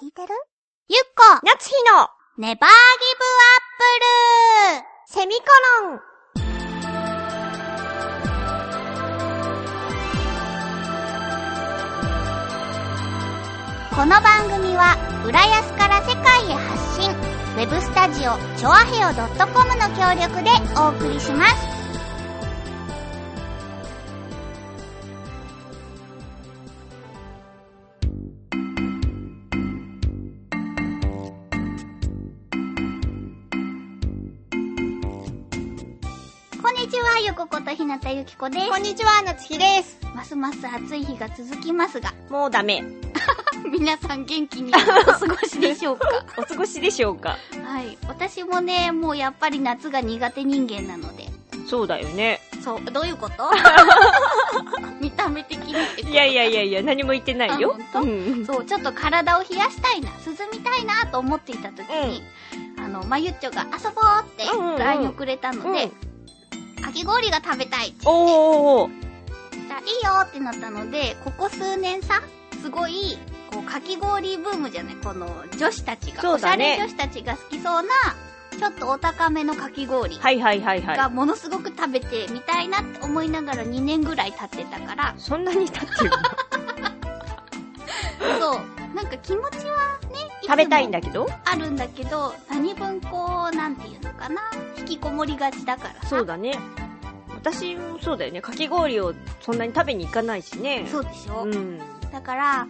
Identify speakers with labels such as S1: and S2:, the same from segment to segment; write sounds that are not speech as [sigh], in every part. S1: 聞いてるゆっこ
S2: 夏日の
S1: ネバーギブアップル
S2: セミコロン
S1: この番組は浦安から世界へ発信ウェブスタジオチョアヘオ .com の協力でお送りしますこんにちはゆこことひなたゆきこです
S2: こんにちは夏日です
S1: ますます暑い日が続きますが
S2: もうダメ
S1: [laughs] 皆さん元気にお過ごしでしょうか
S2: お過ごしでしょうか
S1: [laughs] はい。私もね、もうやっぱり夏が苦手人間なので。
S2: そうだよね
S1: そう、どういう [laughs] こと見た目的にってこと
S2: いやいやいやいや何も言ってないよ
S1: あ本当
S2: ん
S1: そう、ちょっと体を冷やしたいな、涼みたいなと思っていた時に、あの、まゆっちょが遊ぼうって
S2: うんうんうん
S1: LINE をくれたので、かき氷が食べたいって言って、
S2: おーおーおー
S1: じゃあいいよってなったので、ここ数年さ、すごい、こう、かき氷ブームじゃないこの女子たちが、
S2: そ
S1: お
S2: う
S1: しゃ
S2: だね
S1: れ女子たちが好きそうな、ちょっとお高めのかき氷。
S2: はいはいはいは
S1: が
S2: い
S1: ものすごく食べてみたいなって思いながら2年ぐらい経ってたから、
S2: そんなに経ってる
S1: そう、なんか気持ちはね、つも
S2: [laughs] 食べたいんだけど
S1: あるんだけど、何分こう、なんていうのかな、引きこもりがちだからさ。
S2: そうだね私もそうだよねかき氷をそんなに食べに行かないしね
S1: そうでしょ、
S2: うん
S1: だから、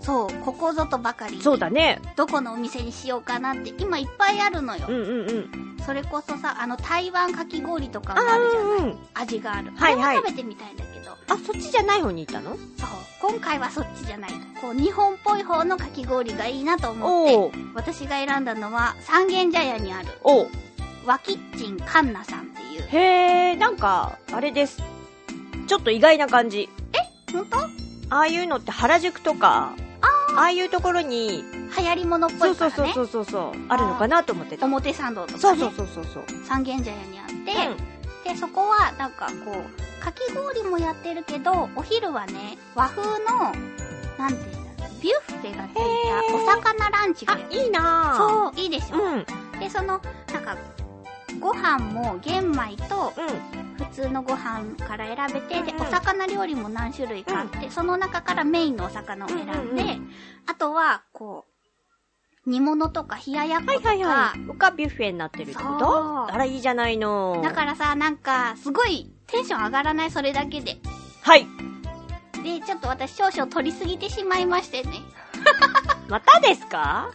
S1: そう、ここぞとばかりに、
S2: そうだね
S1: どこのお店にしようかなって、今いっぱいあるのよ
S2: う。んうんうん
S1: それこそさ、あの、台湾かき氷とか
S2: あ
S1: もあるじゃん。
S2: うんうん
S1: 味がある。
S2: はいはい
S1: これも食べてみたいんだけど、
S2: あそっちじゃない方に行った
S1: そ
S2: の
S1: う、今回はそっちじゃない。こう、日本っぽい方のかき氷がいいなと思って、
S2: おお
S1: 私が選んだのは三軒茶屋にある
S2: おう
S1: 和キッチンカンナさんっていう
S2: へえなんかあれですちょっと意外な感じ
S1: 本当
S2: ああいうのって原宿とかああいうところに
S1: 流行り物っぽ
S2: そう
S1: いか
S2: そ
S1: ら
S2: う
S1: ね
S2: そうそうそうそうあるのかなと思ってた
S1: 表参道とか、ね、
S2: そうそうそうそうそう
S1: 三軒茶屋にあって、
S2: うん
S1: でそこはなんかこうかき氷もやってるけどお昼はね和風のなんていうんだろうビュッフェがつい
S2: へー
S1: たお魚ランチが
S2: あ
S1: やってる
S2: いいなぁ
S1: そういいでし
S2: う
S1: ょ、
S2: んうん
S1: でそのなんかご飯も玄米と普通のご飯から選べて、で
S2: うんうん
S1: お魚料理も何種類かあって、その中からメインのお魚を選んで、
S2: うんうんう
S1: あとはこう煮物とか冷ややっこと
S2: はい
S1: か、
S2: はいはいがビュッフェになってるってこと
S1: そう
S2: あらいいじゃないの
S1: だからさなんかすごいテンション上がらないそれだけで
S2: はい
S1: でちょっと私少々取りすぎてしまいましてね
S2: またですか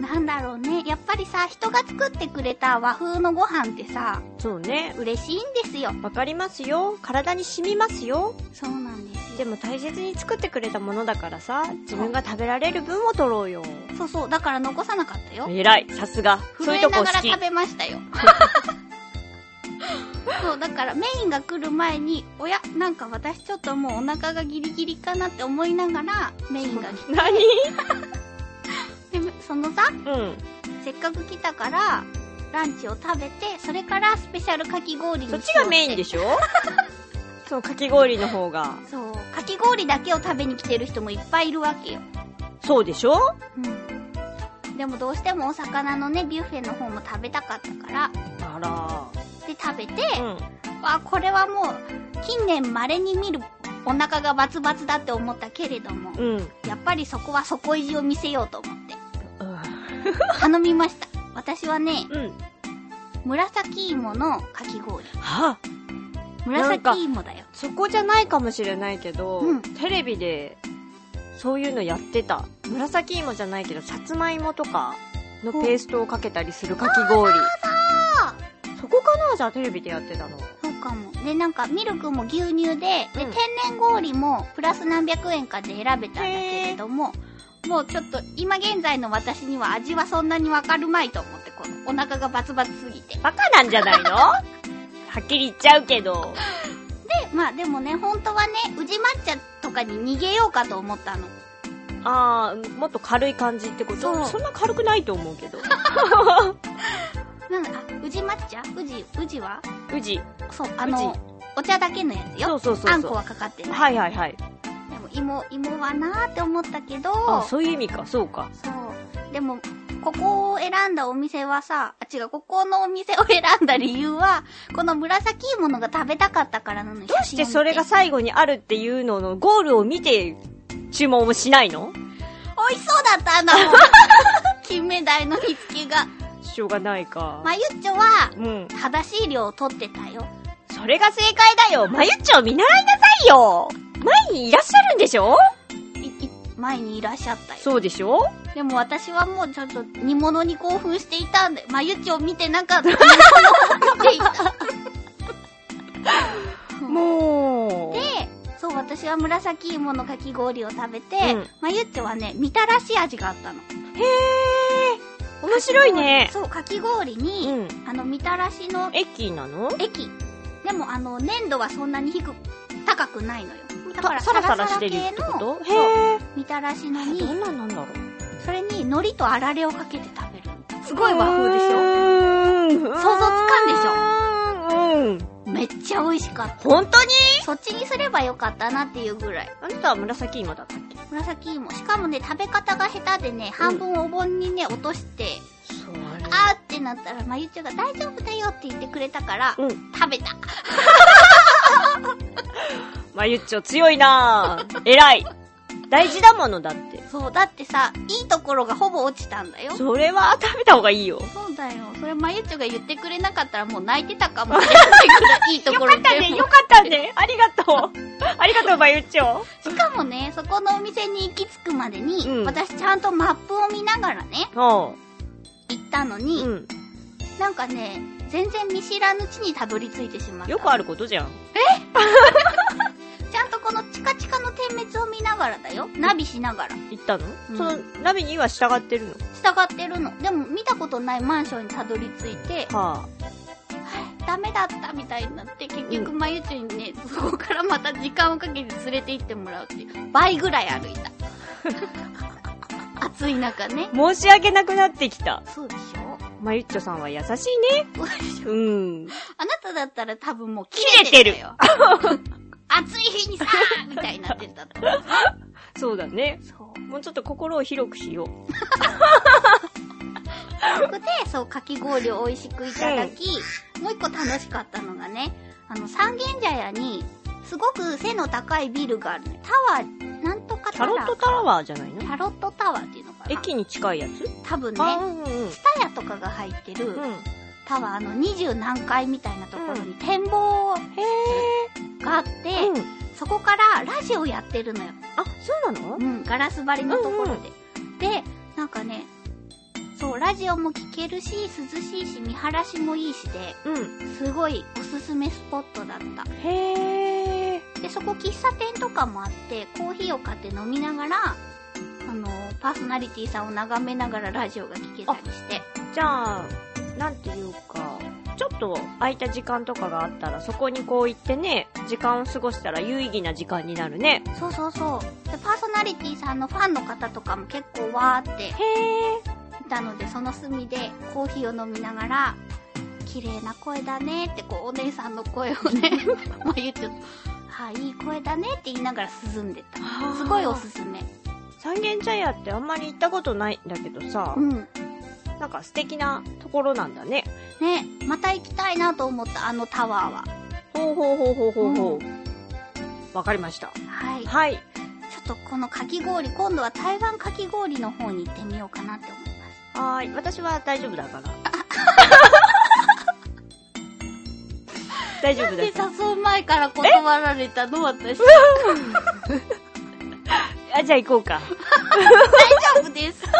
S1: なんだろうねやっぱりさ人が作ってくれた和風のご飯ってさ
S2: そうね
S1: 嬉しいんですよ
S2: わかりますよ体に染みますよ
S1: そうなんですよ
S2: でも大切に作ってくれたものだからさ自分が食べられる分を取ろうよ
S1: そうそうだから残さなかったよ
S2: 偉いさすがそう
S1: 震
S2: いう
S1: え
S2: とこ
S1: な
S2: 好
S1: がら
S2: き
S1: 食べましたよ。そう、だからメインが来る前に、おや、なんか私ちょっともうお腹がギリギリかなって思いながら、メインが来
S2: 何
S1: て、
S2: [laughs]
S1: でそのさ、
S2: うん
S1: せっかく来たから、ランチを食べて、それからスペシャルかき氷にし
S2: そ
S1: よう
S2: っちがメインで
S1: し
S2: しょそのかき氷の方が
S1: ょそう、かき氷だけを食べに来てる人もいっぱいいるわけよ。
S2: そうでしょ
S1: うん。でもどうしてもお魚のね、ビュッフェの方も食べたかったから、
S2: あ
S1: で食べて、
S2: らうん
S1: わあこれはもう近年まれに見るお腹がバツバツだって思ったけれども
S2: うん、
S1: やっぱりそこは底意地を見せようと思って頼みました私はね
S2: うん、
S1: 紫芋のかき氷
S2: はあなんか
S1: 紫芋だよ
S2: そこじゃないかもしれないけど、
S1: うん
S2: テレビでそういうのやってた紫芋じゃないけどさつまいもとかのペーストをかけたりするかき氷そこかなじゃあテレビでやってたの
S1: そうかもでなんかミルクも牛乳でで、
S2: うん
S1: 天然氷もプラス何百円かで選べたんだけれどももうちょっと今現在の私には味はそんなにわかるまいと思ってこのお腹がバツバツすぎて
S2: バカなんじゃないの [laughs] はっきり言っちゃうけど
S1: まあでもね、本当はね、宇治抹茶とかに逃げようかと思ったの。
S2: ああもっと軽い感じってこと
S1: そう
S2: そんな軽くないと思うけ [laughs] ど
S1: なんだ、あ、宇治抹茶宇治、宇治は
S2: うじ
S1: そう、あの、お茶だけのやつよ。
S2: そうそうそうそう
S1: あんこはかかってない。
S2: はいはいはい
S1: でも芋、芋はなーって思ったけど、
S2: あ、そういう意味か、そうか。
S1: そう。でも、ここを選んだお店はさ、あ、違う、ここのお店を選んだ理由は、この紫いものが食べたかったからなのよ。どう
S2: で、それが最後にあるっていうののゴールを見て注文をしないの
S1: 美味しそうだ
S2: [laughs]
S1: った、あの、金目鯛の煮付けが。
S2: しょうがないか。
S1: まゆっちょは、
S2: うん。
S1: 裸足量を取ってたよ。
S2: それが正解だよ。まゆっちょを見習いなさいよ。前にいらっしゃるんでしょ
S1: い、い、前にいらっしゃったよ。
S2: そうでしょ
S1: でも私はもうちょっと煮物に興奮していたんで、まゆっちを見てな
S2: [laughs]
S1: かった。煮物を見ていた。
S2: もう。
S1: で、そう、私は紫芋のかき氷を食べて、
S2: うん
S1: まゆっちょはね、みたらし味があったの。
S2: へえ。面白いね。
S1: そう、かき氷
S2: う
S1: に、
S2: ん。
S1: あの、みたらしの
S2: エッキーなの
S1: 液。でも、あの、粘度はそんなに低く、高くないのよ。だから、
S2: たサラサラしてるって
S1: サラサラ
S2: こと
S1: 系のそう
S2: へ
S1: みたらしの
S2: え。どん
S1: に、
S2: なんなんだろう。
S1: それに海苔とあられをかけて食べる。すごい和風でしょ
S2: ょ
S1: 想像つかんでし
S2: ょうん。
S1: めっちゃ美味しかった。
S2: 本当に
S1: そっちにすればよかったなっていうぐらい。
S2: あなたは紫芋だったっけ
S1: 紫芋。しかもね、食べ方が下手でね、半分お盆にね、落として、
S2: そう
S1: あーってなったら、まゆちょが大丈夫だよって言ってくれたから、
S2: うん。
S1: 食べた。
S2: まゆっちょ強いなぁ。偉い。大事だものだって。
S1: そう、だってさ、いいところがほぼ落ちたんだよ。
S2: それは食べた方がいいよ。
S1: そうだよ。それ、まゆちょが言ってくれなかったらもう泣いてたかもしれないくら
S2: [laughs]
S1: いいいところ全部
S2: かったね。ありがとう。ありがとう、まゆっちょ。
S1: しかもね、そこのお店に行き着くまでに、
S2: うん
S1: 私ちゃんとマップを見ながらね、
S2: お
S1: 行
S2: う。
S1: ったの
S2: う
S1: に、
S2: ん。
S1: なんかね、全然見知らぬ地にたどり着いてしまった。
S2: よくあることじゃん。
S1: ちゃんとこのチカチカの点滅を見ながらだよ。ナビしながら。
S2: 言ったの、
S1: うん
S2: その、ナビには従ってるの。
S1: 従ってるの。でも見たことないマンションにたどり着いて、
S2: は
S1: ダメだったみたいになって、結局
S2: う
S1: まゆちょにね、そこからまた時間をかけて連れて行ってもらうっていう。倍ぐらい歩いた。暑い中ね。
S2: あ、申し訳なくなってきた。
S1: そうでしょ
S2: まゆっちょさんは優しいね。
S1: そうでしょ
S2: うん。
S1: あなただったら多分もう切れて
S2: れて
S1: る
S2: る
S1: よ。 [laughs] 暑い日にさーみたいになってたと思う。
S2: そうだね。
S1: そう。
S2: もうちょっと心を広くしよう。
S1: で、そう、かき氷を美味しくいただき、もう一個楽しかったのがね、あの、三軒茶屋に、すごく背の高いビルがあるね。タワー、なんとか
S2: キ
S1: タ
S2: ャ
S1: ワ
S2: ロット
S1: ー。
S2: タワーじゃないの
S1: キャロットタワーっていうのかな。
S2: 駅に近いやつ、
S1: 多分ね、
S2: あ、うんうんうん。
S1: タヤとかが入ってる、
S2: うん。
S1: タワーの二十何階みたいなところに展望があって、
S2: うん。
S1: そこからラジオやってるのよ。
S2: あ、そうなの
S1: うん、ガラス張りのところで。で、なんかね、そう、ラジオも聞けるし、涼しいし、見晴らしもいいしで、
S2: うん。
S1: すごいおすすめスポットだった。
S2: へえ。
S1: で、そこ喫茶店とかもあって、コーヒーを買って飲みながら、あの、パーソナリティさんを眺めながらラジオが聞けたりして。
S2: じゃあ、なんていうか、ちょっと空いた時間とかがあったら、そこにこう行ってね、時間を過ごしたら有意義な時間になるね。
S1: そうそうそう。で、パーソナリティさんのファンの方とかも結構わーって
S2: へえ。
S1: いたので、その隅でコーヒーを飲みながら、綺麗な声だねって、こう、お姉さんの声を [laughs] ね、まあ言って、はい、いい声だねって言いながら涼んでた。すごいおすすめ。
S2: 三軒茶屋ってあんまり行ったことないんだけどさ
S1: う、ん。
S2: なんか素敵なところなんだね。
S1: ね、また行きたいなと思った、あのタワーは。
S2: ほうほうほうほうほうほう。わかりました。
S1: はい。ちょ
S2: はい。
S1: っとこのかき氷、今度は台湾かき氷の方に行ってみようかなって思います。
S2: はーい。私は大丈夫だ [laughs] から。大丈夫だから。
S1: 誘う前から断られたの私。大
S2: あ、じゃあ行こうか。
S1: 丈夫です。 [laughs]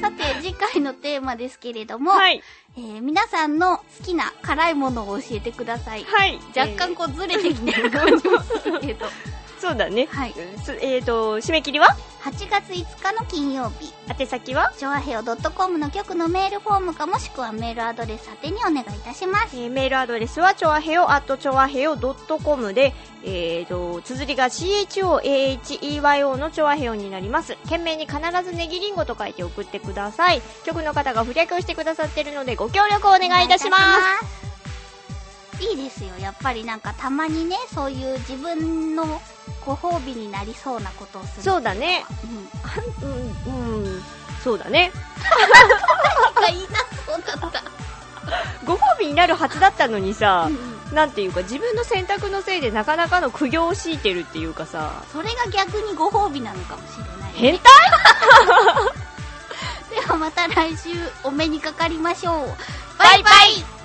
S1: さて、次回のテーマですけれども、
S2: はい。
S1: えー皆さんの好きな辛いものを教えてください。
S2: はい。
S1: 若干こうずれてきてる感じもするけど。 [laughs]
S2: そうだね。
S1: はい
S2: すえっ、と、締め切りは
S1: 8月5日の金曜日、
S2: 宛先は、
S1: 昭和平ッ .com の局のメールフォームかもしくはメールアドレス宛てにお願いいたします。
S2: えーメールアドレスは、ちょわへよ、あとちょわへよ .com で、えっ、と、綴りが CHOAHEYO のちょわへよになります。懸命に必ずネギリンゴと書いて送ってください。局の方が不略をしてくださってるので、ご協力をお願いいたします。
S1: す。いいですよやっぱりなんかたまにねそういう自分のご褒美になりそうなことをする
S2: そうだね。
S1: うん
S2: うん、うん、そうだね。
S1: なんか言いなそうだった
S2: ご褒美になるはずだったのに
S1: [laughs]
S2: さ
S1: う、ん
S2: なんていうか、自分の選択のせいでなかなかの苦行を強いてるっていうかさ、
S1: それが逆にご褒美なのかもしれないね、
S2: 変態
S1: ではまた来週お目にかかりましょう
S2: バイバイ
S1: バイバイ